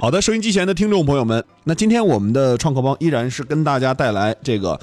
好的，收音机前的听众朋友们，那今天我们的创客帮依然是跟大家带来这个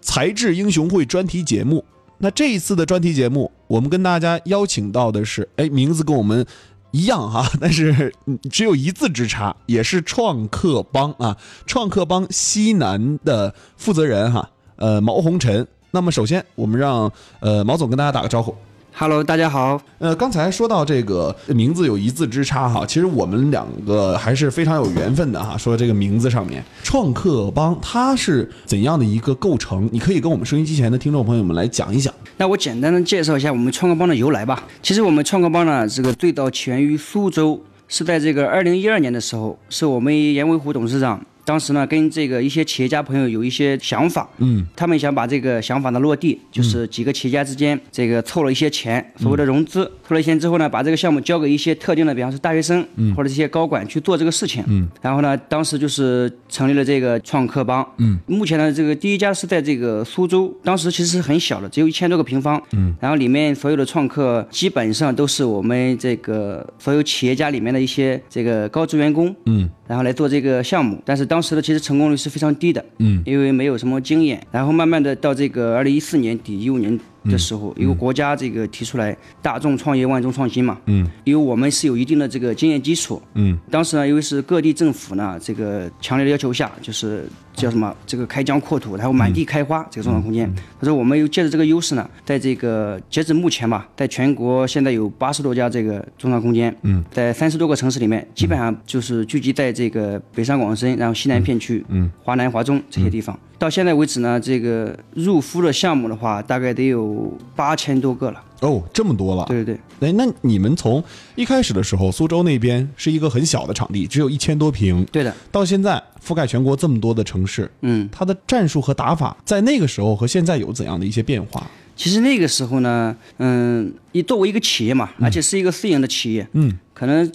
才智英雄会专题节目。那这一次的专题节目，我们跟大家邀请到的是，哎，名字跟我们一样哈、 但是嗯只有一字之差，也是创客帮啊，创客帮西南的负责人哈、呃，毛红尘。那么首先，我们让呃毛总跟大家打个招呼。 Hello，大家好，呃，刚才说到这个名字有一字之差哈，其实我们两个还是非常有缘分的哈。说这个名字上面，创客帮它是怎样的一个构成？你可以跟我们收音机前的听众朋友们来讲一讲。那我简单的介绍一下我们创客帮的由来吧。其实我们创客帮呢，这个最早起源于苏州，是在这个二零一二年的时候，是我们严维虎董事长当时呢跟这个一些企业家朋友有一些想法，嗯，他们想把这个想法呢落地，就是几个企业家之间这个凑了一些钱，所谓的融资，凑了钱之后呢，把这个项目交给一些特定的，比方说大学生、或者一些高管去做这个事情，嗯，然后呢，当时就是成立了这个创客帮，嗯，目前呢，这个第一家是在这个苏州，当时其实是很小的，只有一千多个平方，嗯，然后里面所有的创客基本上都是我们这个所有企业家里面的一些这个高职员工，嗯，然后来做这个项目，但是当时的其实成功率是非常低的，嗯，因为没有什么经验，然后慢慢的到这个二零一四年底一五年。的时候，由国家这个提出来“大众创业，万众创新”嘛，嗯，因为我们是有一定的这个经验基础，嗯，当时呢，因为是各地政府呢这个强烈的要求下，就是叫什么这个开疆扩土，然后满地开花、这个生长空间。他说我们又借着这个优势呢，在这个截止目前吧，在全国现在有八十多家这个中创空间，嗯，在三十多个城市里面，基本上就是聚集在这个北上广深，然后西南片区，嗯，华南、华中这些地方。到现在为止呢，这个入孵的项目的话，大概得有八千多个了。哦，这么多了。对对对。哎，那你们从一开始的时候，苏州那边是一个很小的场地，只有一千多平，对的，到现在覆盖全国这么多的城市，嗯，它的战术和打法在那个时候和现在有怎样的一些变化？其实那个时候呢，嗯，你作为一个企业嘛，而且是一个私营的企业，嗯，可能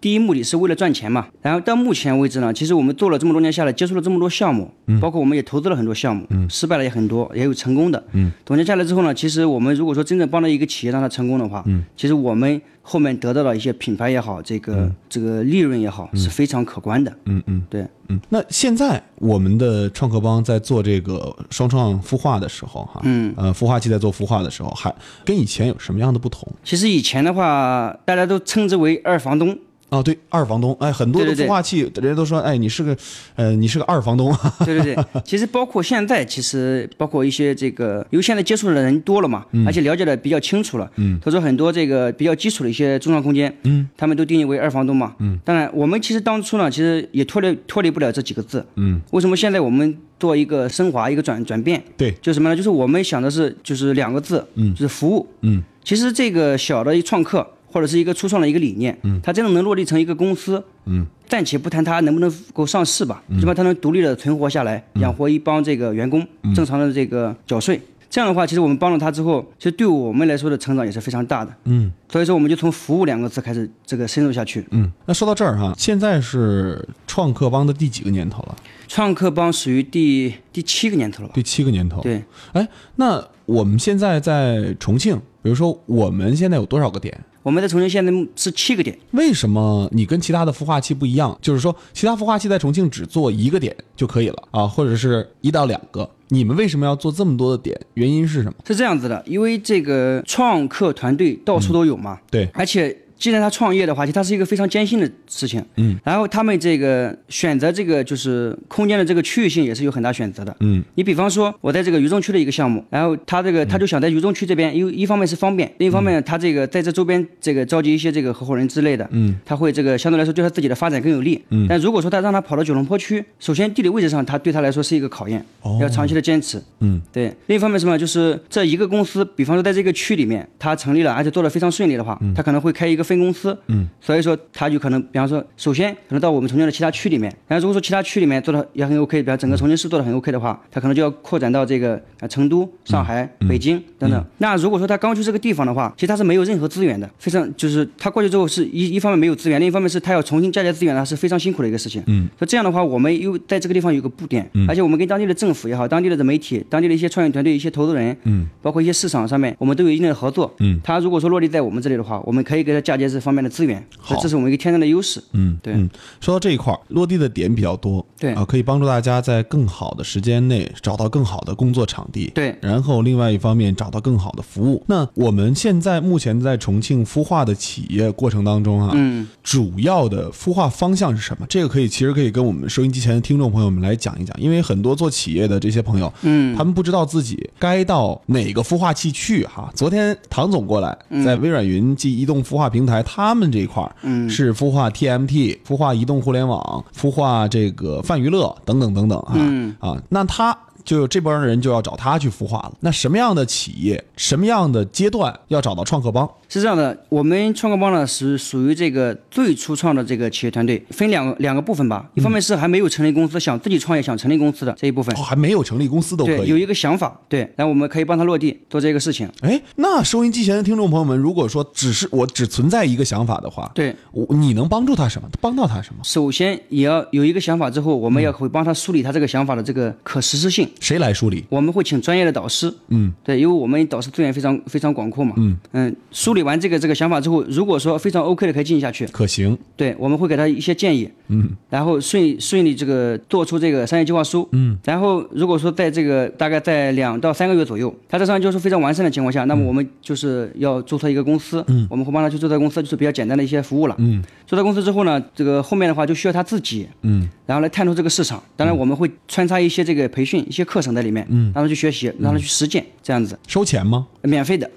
第一目的是为了赚钱嘛。然后到目前为止呢，其实我们做了这么多年下来，接触了这么多项目，嗯包括我们也投资了很多项目，失败了也很多，也有成功的，嗯。总结下来之后呢，其实我们如果说真正帮到一个企业让它成功的话，嗯，其实我们后面得到的一些品牌也好，这个、这个利润也好，是非常可观的，嗯嗯对。嗯。那现在我们的创客帮在做这个双创孵化的时候，哈，嗯，呃，孵化器在做孵化的时候，还跟以前有什么样的不同？其实以前的话，大家都称之为二房东，哦，对，二房东，哎，很多的对对对孵化器，人家都说，哎，你是个，呃，你是个二房 东，对对对，其实包括现在，其实包括一些这个，因为现在接触的人多了嘛，而且了解的比较清楚了。嗯，他说很多这个比较基础的一些中创空间，嗯，他们都定义为二房东嘛。嗯，当然，我们其实当初呢，其实也脱离脱离不了这几个字。嗯，为什么现在我们做一个升华、一个转转变？对，就是什么呢？就是我们想的是，就是两个字，嗯，就是服务，嗯。其实这个小的创客或者是一个初创的一个理念，嗯，它真的能落地成一个公司，嗯，暂且不谈它能不能够上市吧，起码它能独立的存活下来，养活一帮这个员工，正常的这个缴税。这样的话，其实我们帮了他之后，其实对我们来说的成长也是非常大的。嗯，所以说我们就从“服务”两个字开始这个深入下去。嗯。那说到这儿哈，现在是创客帮的第几个年头了？创客帮属于第第七个年头了吧？第七个年头。对，哎，那我们现在在重庆，比如说我们现在有多少个点？我们在重庆现在是七个点，为什么你跟其他的孵化器不一样？就是说，其他孵化器在重庆只做一个点就可以了啊，或者是一到两个。你们为什么要做这么多的点？原因是什么？是这样子的，因为这个创客团队到处都有嘛，对，而且既然他创业的话，其实它是一个非常艰辛的事情。嗯，然后他们这个选择这个就是空间的这个区域性也是有很大选择的。嗯，你比方说我在这个渝中区的一个项目，然后他这个他就想在渝中区这边，因为一方面是方便，另一方面他这个在这周边这个召集一些这个合伙人之类的，嗯，他会这个相对来说对他自己的发展更有利。嗯，但如果说他让他跑到九龙坡区，首先地理位置上他对他来说是一个考验，哦要长期的坚持。嗯，对，另一方面什么呢？就是这一个公司，比方说在这个区里面，它成立了，而且做得非常顺利的话，它可能会开一个分公司。嗯，所以说它就可能，比方说，首先可能到我们重庆的其他区里面，然后如果说其他区里面做的也很 OK，比方整个重庆市做的很 OK 的话，它可能就要扩展到这个呃成都、上海、北京等等。那如果说他刚去这个地方的话，其实他是没有任何资源的，非常就是他过去之后是一一方面没有资源，另一方面是他要重新嫁接资源，呢，是非常辛苦的一个事情。嗯，所以这样的话，我们又在这个地方有个布点，而且我们跟当地的政府也好，当地的媒体、当地的一些创业团队、一些投资人，嗯，包括一些市场上面，我们都有一定的合作。嗯，他如果说落地在我们这里的话，我们可以给他嫁嫁接这方面的资源，好这这是我们一个天然的优势。嗯，对嗯，说到这一块儿，落地的点比较多，对啊，可以帮助大家在更好的时间内找到更好的工作场地，对，然后另外一方面找到更好的服务。那我们现在目前在重庆孵化的企业过程当中啊，嗯，主要的孵化方向是什么？这个可以其实可以跟我们收音机前的听众朋友们来讲一讲，因为很多做企业的这些朋友，嗯，他们不知道自己该到哪个孵化器去哈。昨天唐总过来，在微软云及移动孵化平台，他们这一块儿嗯是孵化 TMT、孵化移动互联网、孵化这个泛娱乐等等等等哈、嗯啊，那他。就这帮人就要找他去孵化了。那什么样的企业，什么样的阶段要找到创客帮？是这样的，我们创客帮呢是属于这个最初创的这个企业团队，分两个两个部分吧。一方面是还没有成立公司，想自己创业、想成立公司的这一部分哦，，还没有成立公司都可对，以。有一个想法，对，然后我们可以帮他落地做这个事情。哎，那收音机前的听众朋友们，如果说只是我只存在一个想法的话，对，我你能帮助他什么？帮到他什么？首先也要有一个想法之后，我嗯们要会帮他梳理他这个想法的这个可实施性。谁来梳理？我们会请专业的导师，嗯，对，因为我们导师资源非常非常广阔嘛，嗯梳理完这个这个想法之后，如果说非常 OK 的可以进行下去，可行？对，我们会给他一些建议，嗯，然后顺顺利这个做出这个商业计划书，嗯，然后如果说在这个大概在两到三个月左右，他这商业计划书非常完善的情况下，那么我们就是要注册一个公司，嗯，我们会帮他去注册公司，就是比较简单的一些服务了，嗯，注册公司之后呢，这个后面的话就需要他自己，嗯，然后来探索这个市场，当然我们会穿插一些这个培训、一些课程在里面，嗯，让他去学习，让他去实践，这样子，收钱吗？免费的，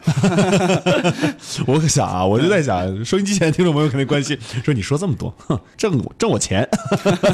我可想啊，我就在想，收音机前的听众朋友肯定关心，说你说这么多，哼，挣我挣我钱，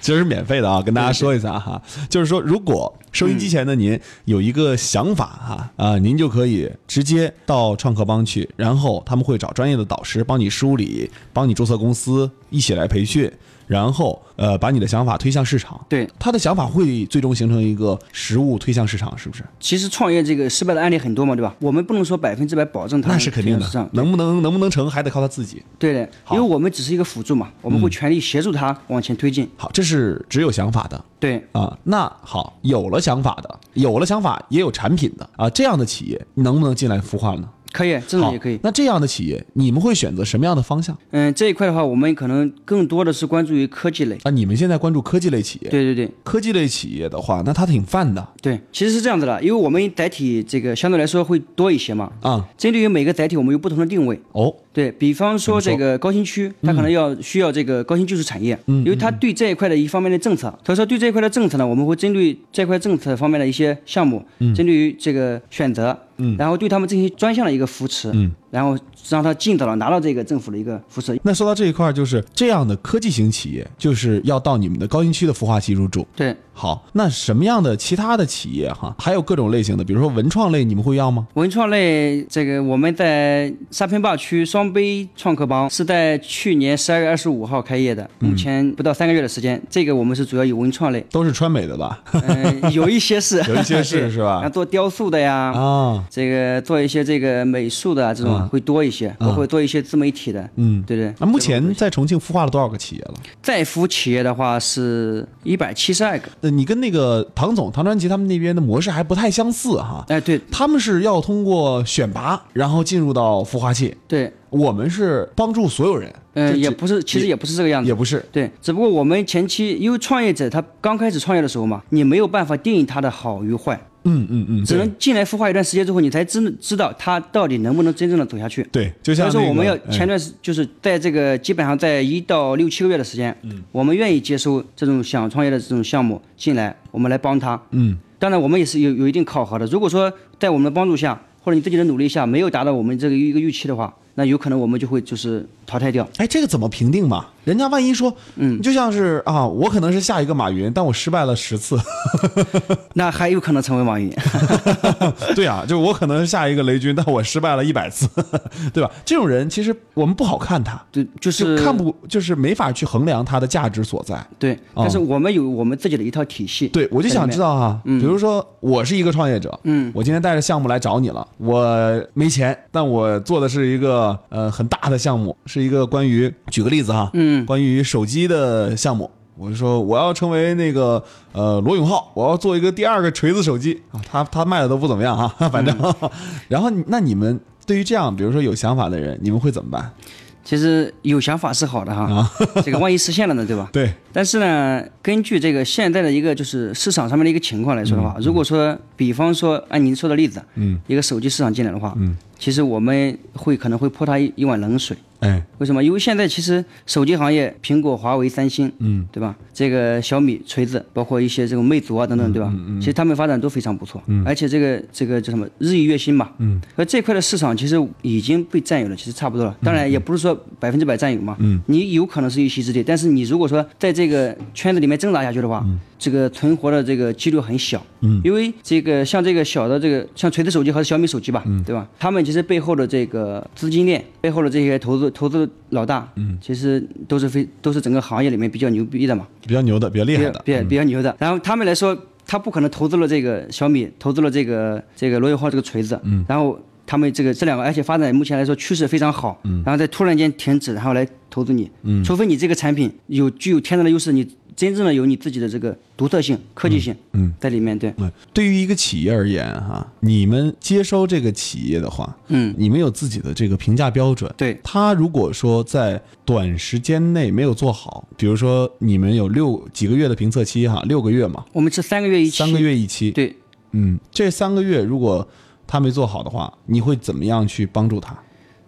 其实是免费的啊，跟大家说一下哈，就是说，如果收音机前的您有一个想法哈啊、您就可以直接到创客帮去，然后他们会找专业的导师帮你梳理，帮你注册公司，一起来培训。然后，呃，把你的想法推向市场。对，他的想法会最终形成一个实物推向市场，是不是？其实创业这个失败的案例很多嘛，对吧？我们不能说百分之百保证它那是肯定这样的，能不能能不能成还得靠他自己。对的，好嗯因为我们只是一个辅助嘛，我们会全力协助他往前推进。好，这是只有想法的对，啊。那好，有了想法的，有了想法也有产品的啊，这样的企业能不能进来孵化呢？可以，这种好也可以。那这样的企业，你们会选择什么样的方向嗯，这一块的话，我们可能更多的是关注于科技类。啊？你们现在关注科技类企业，对对对科技类企业的话，那它挺泛的对，其实是这样子的，因为我们载体这个相对来说会多一些嘛。啊。针对于每个载体，我们有不同的定位。哦，对比方说嗯怎么说这个高新区，它可能要需要这个高新技术产业，因为它对这一块的一方面的政策，所以说对这一块的政策呢，我们会针对这块政策方面的一些项目，针对于这个选择，然后对他们进行专项的一个扶持，然后让他尽早的拿到这个政府的一个扶持。那说到这一块儿，就是这样的科技型企业，就是要到你们的高新区的孵化器入驻。对，好，那什么样的其他的企业哈？还有各种类型的，比如说文创类，你们会要吗？文创类这个我们在沙坪坝区双碑创客帮是在去年十二月二十五号开业的，目前不到三个月的时间，这个我们是主要以文创类，都是川美的吧？ 嗯，有一些是有一些是对是吧 然后做雕塑的呀，啊，这个做一些这个美术的啊，这种会多一些，包括做一些自媒体的，嗯，对对。那目前在重庆孵化了多少个企业了？再服企业的话是一百七十二个，呃，你跟那个唐总、唐传奇他们那边的模式还不太相似哈。哎，对他们是要通过选拔，然后进入到孵化器。对，我们是帮助所有人，嗯、这也不是，其实也不嗯是这个样子也。不是对，只不过我们前期因为创业者他刚开始创业的时候嘛，你没有办法定义他的好与坏，嗯嗯嗯，只能进来孵化一段时间之后，你才知知道他到底能不能真正的走下去。对，就所像以说那我们个要哎前段时就是在这个基本上在一到六七个月的时间，嗯，我们愿意接收这种想创业的这种项目进来，我们来帮他，嗯，当然我们也是有有一定考核的。如果说在我们的帮助下，或者你自己的努力下没有达到我们这个一个预期的话，那有可能我们就会就是淘汰掉。哎，这个怎么评定嘛？人家万一说，嗯，就像是啊，我可能是下一个马云，但我失败了十次， 那还有可能成为网云，对啊，就是我可能是下一个雷军，但我失败了一百次， 对吧？这种人其实我们不好看他，对，就是就看不就是没法去衡量它的价值所在。 对，哦但是我们有我们自己的一套体系。对，我就想知道啊，比如说我是一个创业者，嗯，我今天带着项目来找你了，我没钱，但我做的是一个呃很大的项目，是一个关于举个例子哈，嗯，关于手机的项目。我就说我要成为那个呃罗永浩，我要 做一个第二个锤子手机啊，他他卖的都不怎么样啊，反正，然后你那你们对于这样，比如说有想法的人，你们会怎么办？其实有想法是好的啊哈，这个万一实现了呢，对吧？对，但是呢，根据这个现在的一个就是市场上面的一个情况来说的话，如果说比方说按您说的例子，嗯，一个手机市场进来的话，嗯，其实我们会可能会泼他一一碗冷水。哎，为什么？因为现在其实手机行业，苹果、华为、三星，嗯，对吧？这个小米、锤子，包括一些这种魅族啊等等，对吧？其实他们发展都非常不错，嗯，而且这个这个叫什么日益月新嘛，嗯，而这块的市场其实已经被占有了，其实差不多了。当然也不是说百分之百占有嘛，嗯，你有可能是一席之地，但是你如果说在这个圈子里面挣扎下去的话，这个存活的这个几率很小，嗯，因为这个像这个小的这个像锤子手机和小米手机吧，嗯，对吧？他们其实背后的这个资金链，背后的这些投资投资老大，嗯，其实都是非都是整个行业里面比较牛逼的嘛，比较牛的，比较厉比害较的，比较比较牛的。嗯然后他们来说，他不可能投资了这个小米，投资了这个这个罗永浩这个锤子，嗯，然后他们这个这两个，而且发展目前来说趋势非常好，嗯，然后再突然间停止，然后来投资你，嗯，除非你这个产品有具有天然的优势，你真正的有你自己的这个独特性、科技性，嗯，在里面，对，嗯，对于一个企业而言哈、你们接收这个企业的话，嗯，你们有自己的这个评价标准。对他如果说在短时间内没有做好，比如说你们有六几个月的评测期哈、六个月嘛，我们是三个月一期，三个月一期。，对，嗯，这三个月如果他没做好的话，你会怎么样去帮助他？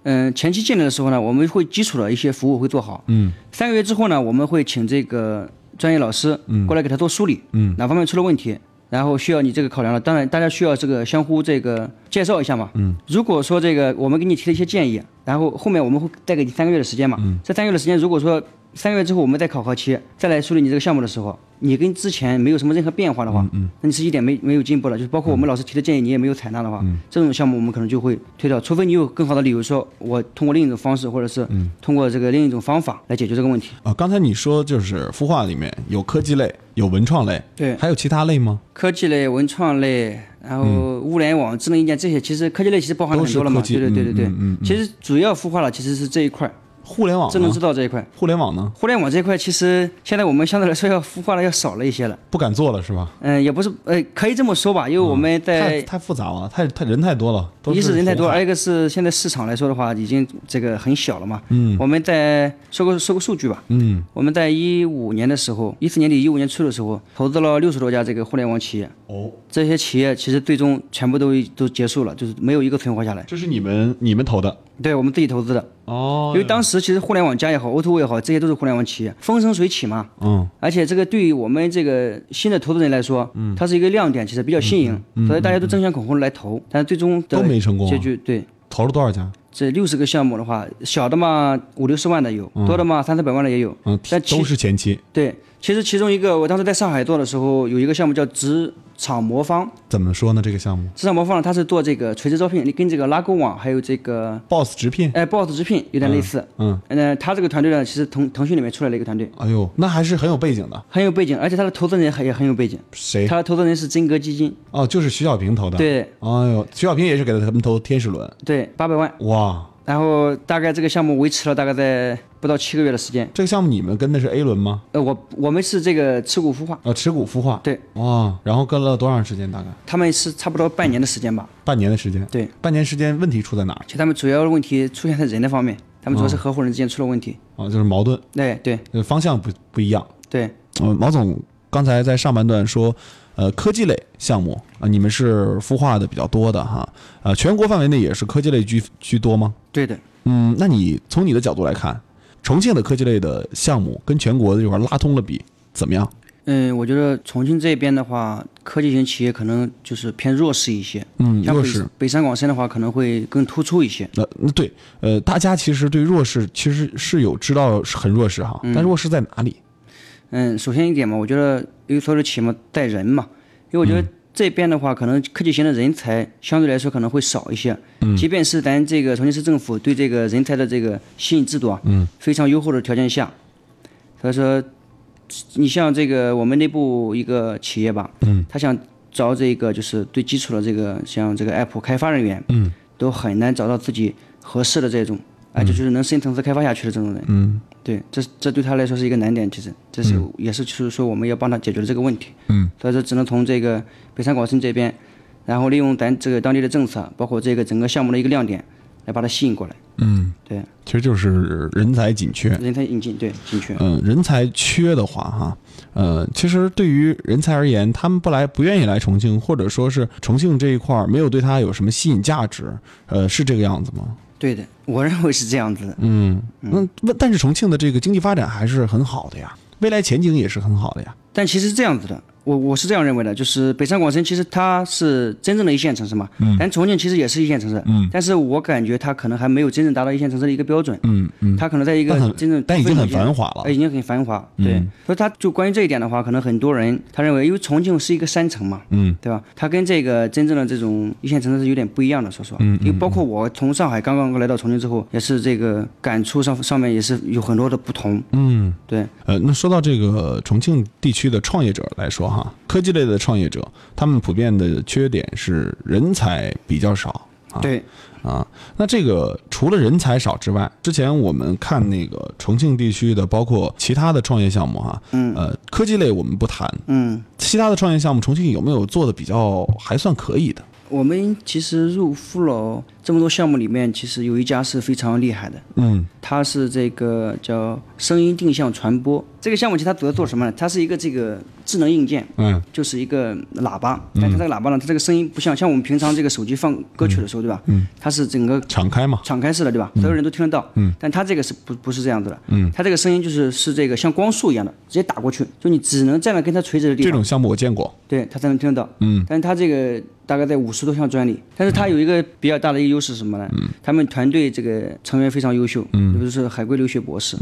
嗯，前期进来的时候呢，我们会基础的一些服务会做好。嗯，三个月之后呢，我们会请这个专业老师过来给他做梳理，嗯，哪方面出了问题，然后需要你这个考量了。当然，大家需要这个相互这个介绍一下嘛。嗯，如果说这个我们给你提了一些建议，然后后面我们会再给你三个月的时间嘛。嗯，这三个月的时间，如果说三个月之后我们再考核期再来梳理你这个项目的时候，你跟之前没有什么任何变化的话，嗯，那你是一点没没有进步了，就是包括嗯我们老师提的建议你也没有采纳的话，这种项目我们可能就会推掉，除非你有更好的理由说，我通过另一种方式或者是嗯通过这个另一种方法来解决这个问题。啊，刚才你说就是孵化里面有科技类，有文创类，对，还有其他类吗？科技类、文创类，然后物联网、智能硬件这些，其实科技类其实包含了很多了嘛，嗯都是科技对对对对对，嗯嗯嗯其实主要孵化了其实是这一块儿，互联网智能呢？制造这一块。互联网呢？互联网这一块，其实现在我们相对来说要孵化的要少了一些了，不敢做了是吧？嗯，也不是，呃，可以这么说吧，因为我们在嗯太太复杂了，太太人太多了，都一是人太多，红海二一个是现在市场来说的话，已经这个很小了嘛。嗯，我们在说个说个数据吧。嗯，我们在一五年的时候，一四年底一五年初的时候，投资了六十多家这个互联网企业，哦，这些企业其实最终全部都都结束了，就是没有一个存活下来。这是你们你们投的对我们自己投资的，哦因为当时其实互联网加也好，O2O 也好，这些都是互联网企业，风生水起嘛。嗯，而且这个对于我们这个新的投资人来说，嗯，它是一个亮点，其实比较嗯新颖，所以大家都争先恐后地来投，但是最终的都没成功啊结局对。投了多少家？这六十个项目的话，小的嘛五六十万的有，多的嘛三四百万的也有。嗯，但其都是前期，对，其实其中一个，我当时在上海做的时候，有一个项目叫职场魔方。怎么说呢？这个项目职场魔方呢，它是做这个垂直招聘，跟这个拉勾网还有这个，boss 直聘，哎 boss 直聘有点类似。嗯，嗯，他这个团队呢，其实腾腾讯里面出来了一个团队，哎呦，那还是很有背景的。很有背景，而且他的投资人很也很有背景，谁？他的投资人是真格基金，哦，就是徐小平投的。，对哎呦，徐小平也是给他们投天使轮，对，八百万。哇，然后大概这个项目维持了大概在不到七个月的时间。这个项目你们跟的是 A 轮吗？呃，我我们是这个持股孵化，呃，持股孵化。对，哇，然后跟了多长时间？大概他们是差不多半年的时间吧。半年的时间。对，半年时间问题出在哪儿？其实他们主要的问题出现在人的方面，他们主要是哦合伙人之间出了问题。啊，就是矛盾，对对呃方向不不一样。对，呃，毛总刚才在上半段说，呃，科技类项目啊、你们是孵化的比较多的哈，呃，全国范围内也是科技类居居多吗？对的。嗯，那你从你的角度来看，重庆的科技类的项目跟全国的这块拉通了比，怎么样？嗯，我觉得重庆这边的话，科技型企业可能就是偏弱势一些，嗯，像弱北势。北上广深的话，可能会更突出一些。那、那对，呃，大家其实对弱势其实是有知道是很弱势哈，但弱势在哪里？嗯，首先一点嘛，我觉得因为所有的企业嘛，带人嘛，因为我觉得这边的话，可能科技型的人才相对来说可能会少一些。嗯，即便是咱这个重庆市政府对这个人才的这个吸引制度啊，嗯，非常优厚的条件下，所以说，你像这个我们内部一个企业吧，嗯，他想招这个就是最基础的这个像这个 app 开发人员，嗯，都很难找到自己合适的这种，而且就是能深层次开发下去的这种人，嗯，对，这这对他来说是一个难点，其实这是、也是就是说我们要帮他解决的这个问题，嗯，所以说只能从这个北上广深这边，然后利用咱这个当地的政策，包括这个整个项目的一个亮点，来把它吸引过来。嗯，对，其实就是人才紧缺。人才引进，对，进去。嗯，人才缺的话，哈，呃，其实对于人才而言，他们不来，不愿意来重庆，或者说是重庆这一块儿没有对他有什么吸引价值，呃，是这个样子吗？对的，我认为是这样子的。嗯，那那但是重庆的这个经济发展还是很好的呀，未来前景也是很好的呀。但其实是这样子的，我我是这样认为的，就是北上广深其实它是真正的一线城市嘛，嗯，但重庆其实也是一线城市，嗯，但是我感觉它可能还没有真正达到一线城市的一个标准，嗯嗯，它可能在一个但很真正但已经很非常繁华了呃。已经很繁华，嗯对，所以它就关于这一点的话，可能很多人他认为，因为重庆是一个山城嘛，嗯，对吧？它跟这个真正的这种一线城市是有点不一样的，说实话，嗯，因为包括我从上海刚刚来到重庆之后，也是这个感触上上面也是有很多的不同，嗯，对，呃，那说到这个重庆地区的创业者来说哈，科技类的创业者，他们普遍的缺点是人才比较少啊对，啊。那这个除了人才少之外，之前我们看那个重庆地区的，包括其他的创业项目哈，嗯呃，科技类我们不谈，嗯。其他的创业项目，重庆有没有做的比较还算可以的？我们其实入孵了这么多项目里面，其实有一家是非常厉害的，嗯它是这个叫声音定向传播这个项目，其实它主要做什么呢？它是一个这个智能硬件，嗯就是一个喇叭，但它这个喇叭呢，它这个声音不像像我们平常这个手机放歌曲的时候，对吧？嗯，它是整个敞开嘛，敞开式的，对吧？所有人都听得到。嗯，但它这个是不不是这样子的？嗯，它这个声音就是是这个像光束一样的，直接打过去，就你只能站在跟它垂直的地这方。种项目我见过。对他才能听得到。嗯，但是他这个大概在五十多项专利，但是他有一个比较大的一个优势是什么呢？嗯，他们团队这个成员非常优秀，嗯，比如说海归留学博士，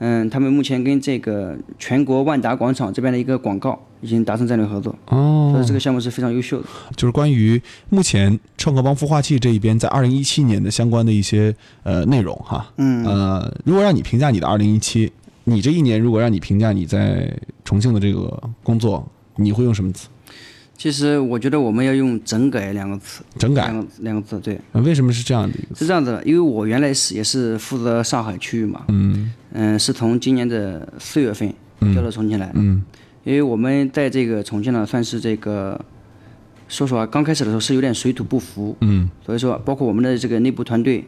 嗯他们目前跟这个全国万达广场这边的一个广告已经达成战略合作，哦，所以这个项目是非常优秀的。就是关于目前创客帮孵化器这一边在二零一七年的相关的一些呃内容哈，嗯，呃，如果让你评价你的二零一七，你这一年如果让你评价你在重庆的这个工作，你会用什么词？其实我觉得我们要用“整改”两个词，整改两？个两个字，对，呃为什么是这样的一个？是这样子的，因为我原来是也是负责上海区域嘛，嗯是从今年的四月份调到重庆来，嗯因为我们在这个重庆呢，算是这个，说实话，刚开始的时候是有点水土不服，嗯，所以说包括我们的这个内部团队，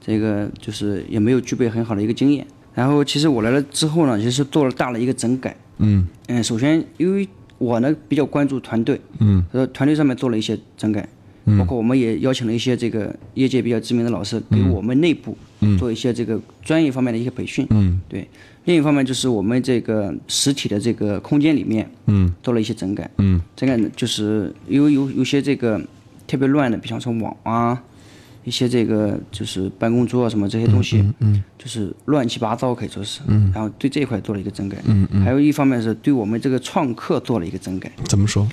这个就是也没有具备很好的一个经验。然后其实我来了之后呢，其实做了大的一个整改，嗯嗯，首先因为我呢比较关注团队，嗯，所以团队上面做了一些整改，包括我们也邀请了一些这个业界比较知名的老师给我们内部做一些这个专业方面的一些培训，嗯对。另一方面就是我们这个实体的这个空间里面，嗯做了一些整改，嗯整改呢就是有有有些这个特别乱的，比方说网啊，一些这个就是办公桌啊什么这些东西，嗯，就是乱七八糟可以说是，嗯，然后对这一块做了一个整改，嗯嗯，还有一方面是对我们这个创客做了一个整改。怎么说？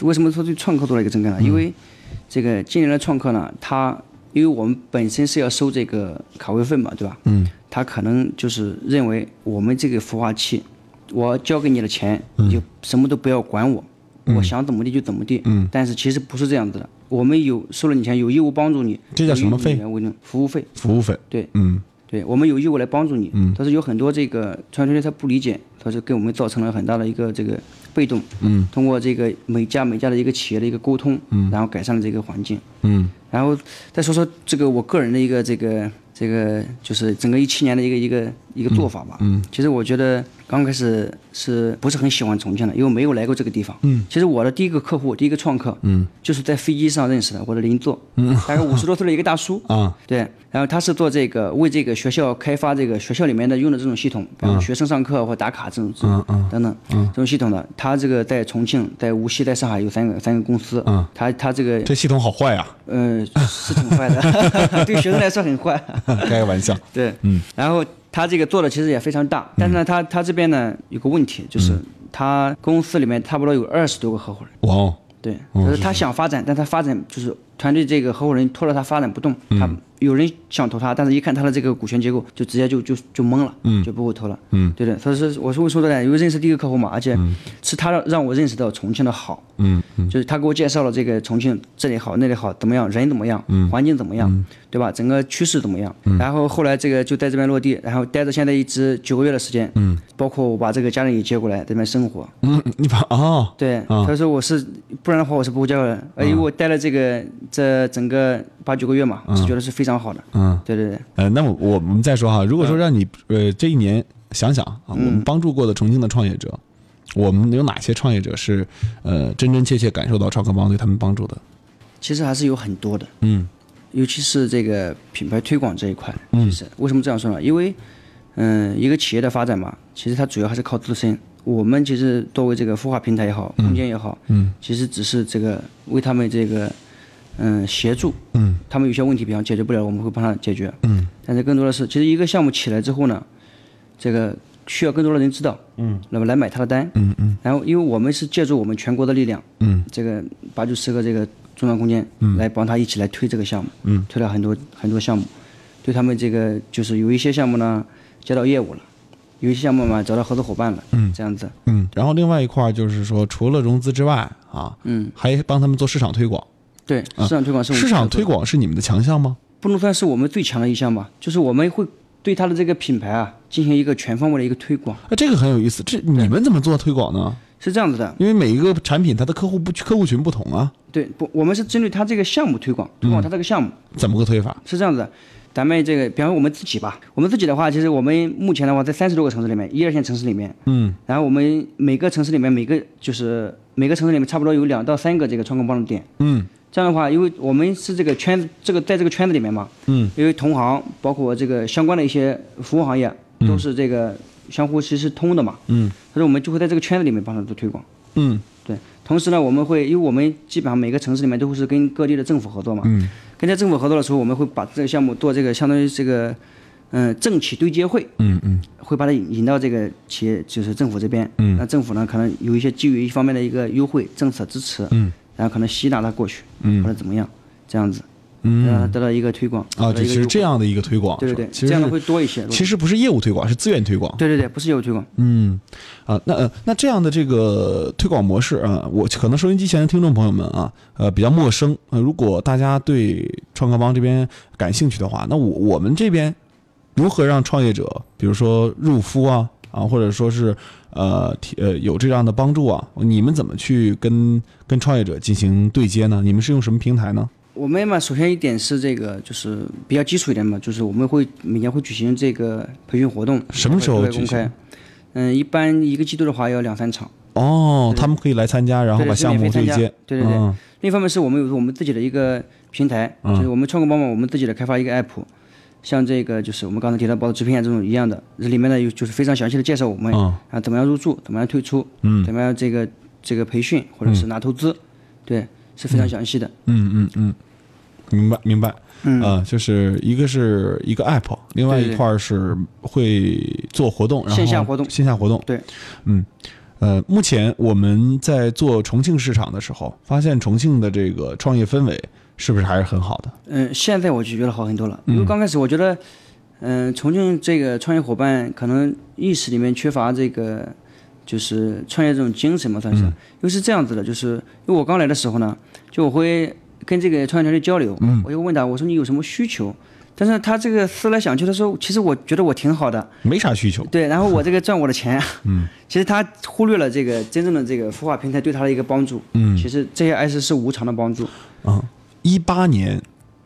为什么说对创客做了一个整改呢？因为这个今年的创客呢，他因为我们本身是要收这个卡位费嘛，对吧？嗯，他可能就是认为我们这个孵化器，我交给你的钱，你就什么都不要管我，我想怎么地就怎么地。嗯，但是其实不是这样子的，我们有收了你钱，有义务帮助你。这叫什么费有义务为你服务费。服务费？对嗯对，我们有义务来帮助你。嗯，但是有很多这个传统圈他不理解，他是给我们造成了很大的一个这个被动。嗯，通过这个每家每家的一个企业的一个沟通，嗯，然后改善了这个环境。嗯。然后再说说这个我个人的一个这个这个就是整个一七年的一个一个一个做法吧。嗯，其实我觉得刚开始是不是很喜欢重庆的，因为没有来过这个地方。嗯，其实我的第一个客户，第一个创客，嗯，就是在飞机上认识的，我的邻座，嗯，大概五十多岁的一个大叔啊对，然后他是做这个为这个学校开发这个学校里面的用的这种系统，比如学生上课或打卡这种，嗯嗯等等，这种系统的，他这个在重庆、在无锡、在上海有三个三个公司，嗯，他他这个这系统好坏啊！ 呃，是挺坏的，对学生来说很坏。开个玩笑。对，嗯。然后他这个做的其实也非常大，但是呢，他他这边呢有个问题，就是他公司里面差不多有二十多个合伙人，哇哦，对，就是他想发展，但他发展就是团队这个合伙人拖着他发展不动，他有人想投他，但是一看他的这个股权结构，就直接就就就懵了，嗯，就不会投了，嗯，对的。所以说我是会说的呢，因为认识第一个客户嘛，而且是他让让我认识到重庆的好，嗯嗯就是他给我介绍了这个重庆这里好那里好怎么样，人怎么样，环境怎么样，对吧？整个趋势怎么样？然后后来这个就在这边落地，然后待着现在一直九个月的时间，包括我把这个家人也接过来在这边生活，嗯，你把哦，啊对，他说我是不然的话我是不会交的，而且我待了这个这整个八九个月嘛，是觉得是非常好的。嗯，对对对，呃，那么我们再说哈，如果说让你呃这一年想想啊，我们帮助过的重庆的创业者，我们有哪些创业者是呃真真切切感受到创客帮对他们帮助的？其实还是有很多的，嗯尤其是这个品牌推广这一块。嗯，是为什么这样说呢？因为，嗯、一个企业的发展嘛，其实它主要还是靠自身。我们其实作为这个孵化平台也好，空间也好，嗯，其实只是这个为他们这个，嗯、协助，嗯他们有些问题，比方解决不了，我们会帮他解决。嗯但是更多的是，其实一个项目起来之后呢，这个需要更多的人知道，嗯，那么来买他的单，嗯嗯然后因为我们是借助我们全国的力量，嗯，这个八九十个这个中央空间，嗯，来帮他一起来推这个项目，嗯，推了很多很多项目，对他们这个就是有一些项目呢接到业务了，有一些项目嘛找到合作伙伴了，嗯，这样子，嗯。然后另外一块儿就是说，除了融资之外啊，嗯，还帮他们做市场推广。对，市场推广是我们啊市场推广广是你们的强项吗？不能算是我们最强的一项吧，就是我们会对他的这个品牌啊进行一个全方位的一个推广，啊，这个很有意思。这你们怎么做推广呢？是这样子的，因为每一个产品它的客户不客户群不同啊，对，不，我们是针对他这个项目推广，推嗯广他这个项目。怎么个推法？是这样子的，咱们这个，比方说我们自己吧，我们自己的话，其实我们目前的话，在三十多个城市里面，一二线城市里面，嗯，然后我们每个城市里面，每个就是每个城市里面，差不多有两到三个这个创客帮的店，嗯，这样的话，因为我们是这个圈子，这个在这个圈子里面嘛，嗯，因为同行包括这个相关的一些服务行业，都是这个相互其实通的嘛，嗯，所以我们就会在这个圈子里面帮他做推广。嗯对，同时呢，我们会，因为我们基本上每个城市里面都是跟各地的政府合作嘛，嗯，跟这政府合作的时候，我们会把这个项目做这个相当于这个，嗯、政企对接会，嗯嗯会把它引引到这个企业就是政府这边，嗯，那政府呢可能有一些基于一方面的一个优惠政策支持，嗯，然后可能吸纳它过去，嗯或者怎么样，这样子，嗯让它得到一个推广，啊，得到这一个是优惠这，样的一个推广，对是对吧对，其这样的实会多一些，其实不是业务推广，是资源推广。对对对，不是业务推广，嗯，啊，那呃，那这样的这个推广模式啊，我可能收音机前的听众朋友们啊，呃，比较陌生。呃，如果大家对创客帮这边感兴趣的话，那我我们这边如何让创业者，比如说入孵啊啊，或者说是呃提呃有这样的帮助啊，你们怎么去跟跟创业者进行对接呢？你们是用什么平台呢？我们嘛，首先一点是这个，就是比较基础一点嘛，就是我们会每年会举行这个培训活动，什么时候对外举公开？嗯，一般一个季度的话要两三场。哦，他们可以来参加，然后嗯对把项目对是免费参接加。对对对嗯另一方面是我们有我们自己的一个平台，嗯就是我们创客帮忙，我们自己的开发一个 app，像这个就是我们刚才提到包括直聘啊这种一样的，这里面呢有就是非常详细的介绍我们嗯啊怎么样入驻，怎么样退出，嗯怎么样这个这个培训或者是拿投资，对，是非常详细的。嗯嗯嗯，明白明白。嗯，啊，就是一个是一个 app，另外对一对块儿是会做活动，然后线下活动线下活动。对，嗯，呃，目前我们在做重庆市场的时候，发现重庆的这个创业氛围是不是还是很好的？嗯，现在我就觉得好很多了，因为刚开始我觉得，嗯、重庆这个创业伙伴可能意识里面缺乏这个，就是创业这种精神嘛，算是。因为是这样子的，就是因为我刚来的时候呢，就我会跟这个创业团队交流，我就问他，我说你有什么需求？但是他这个思来想去，他说其实我觉得我挺好的，没啥需求。对，然后我这个赚我的钱， 嗯，其实他忽略了这个真正的这个孵化平台对他的一个帮助，嗯，其实这些爱是是无偿的帮助，一八年，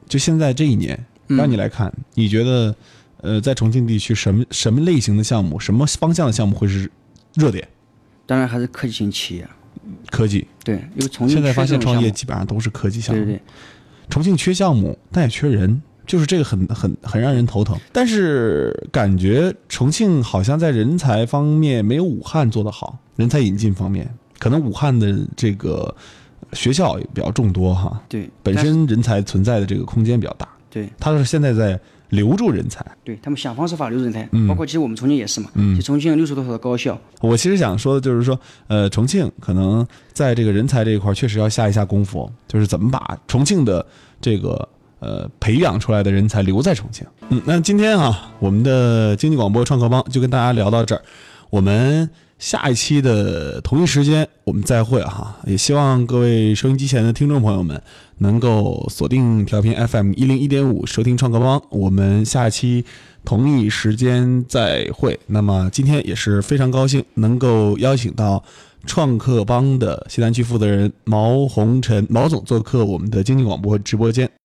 就现在这一年，嗯让你来看，你觉得呃，在重庆地区什么什么类型的项目，什么方向的项目会是热点？当然还是科技型企业，科技，对，因为重庆现在缺发这现种创项业目基本上都是科技项对目。对对，重庆缺项目，但也缺人，就是这个很很很让人头疼。但是感觉重庆好像在人才方面没有武汉做得好，人才引进方面，可能武汉的这个学校也比较众多哈，对，本但是身人才存在的这个空间比较大。对他是现在在留住人才。对，他们想方设法留人才，包括其实我们重庆也是嘛，嗯其实重庆有六十多所的高校，我其实想说的就是说，呃，重庆可能在这个人才这一块儿确实要下一下功夫，就是怎么把重庆的这个呃培养出来的人才留在重庆。嗯，那今天啊，我们的经济广播创客帮就跟大家聊到这儿，我们下一期的同一时间我们再会哈、也希望各位收音机前的听众朋友们能够锁定调频 FM 一零一点五收听创客帮，我们下期。同一时间再会。那么今天也是非常高兴能够邀请到创客帮的西南区负责人毛红尘毛总做客我们的经济广播直播间。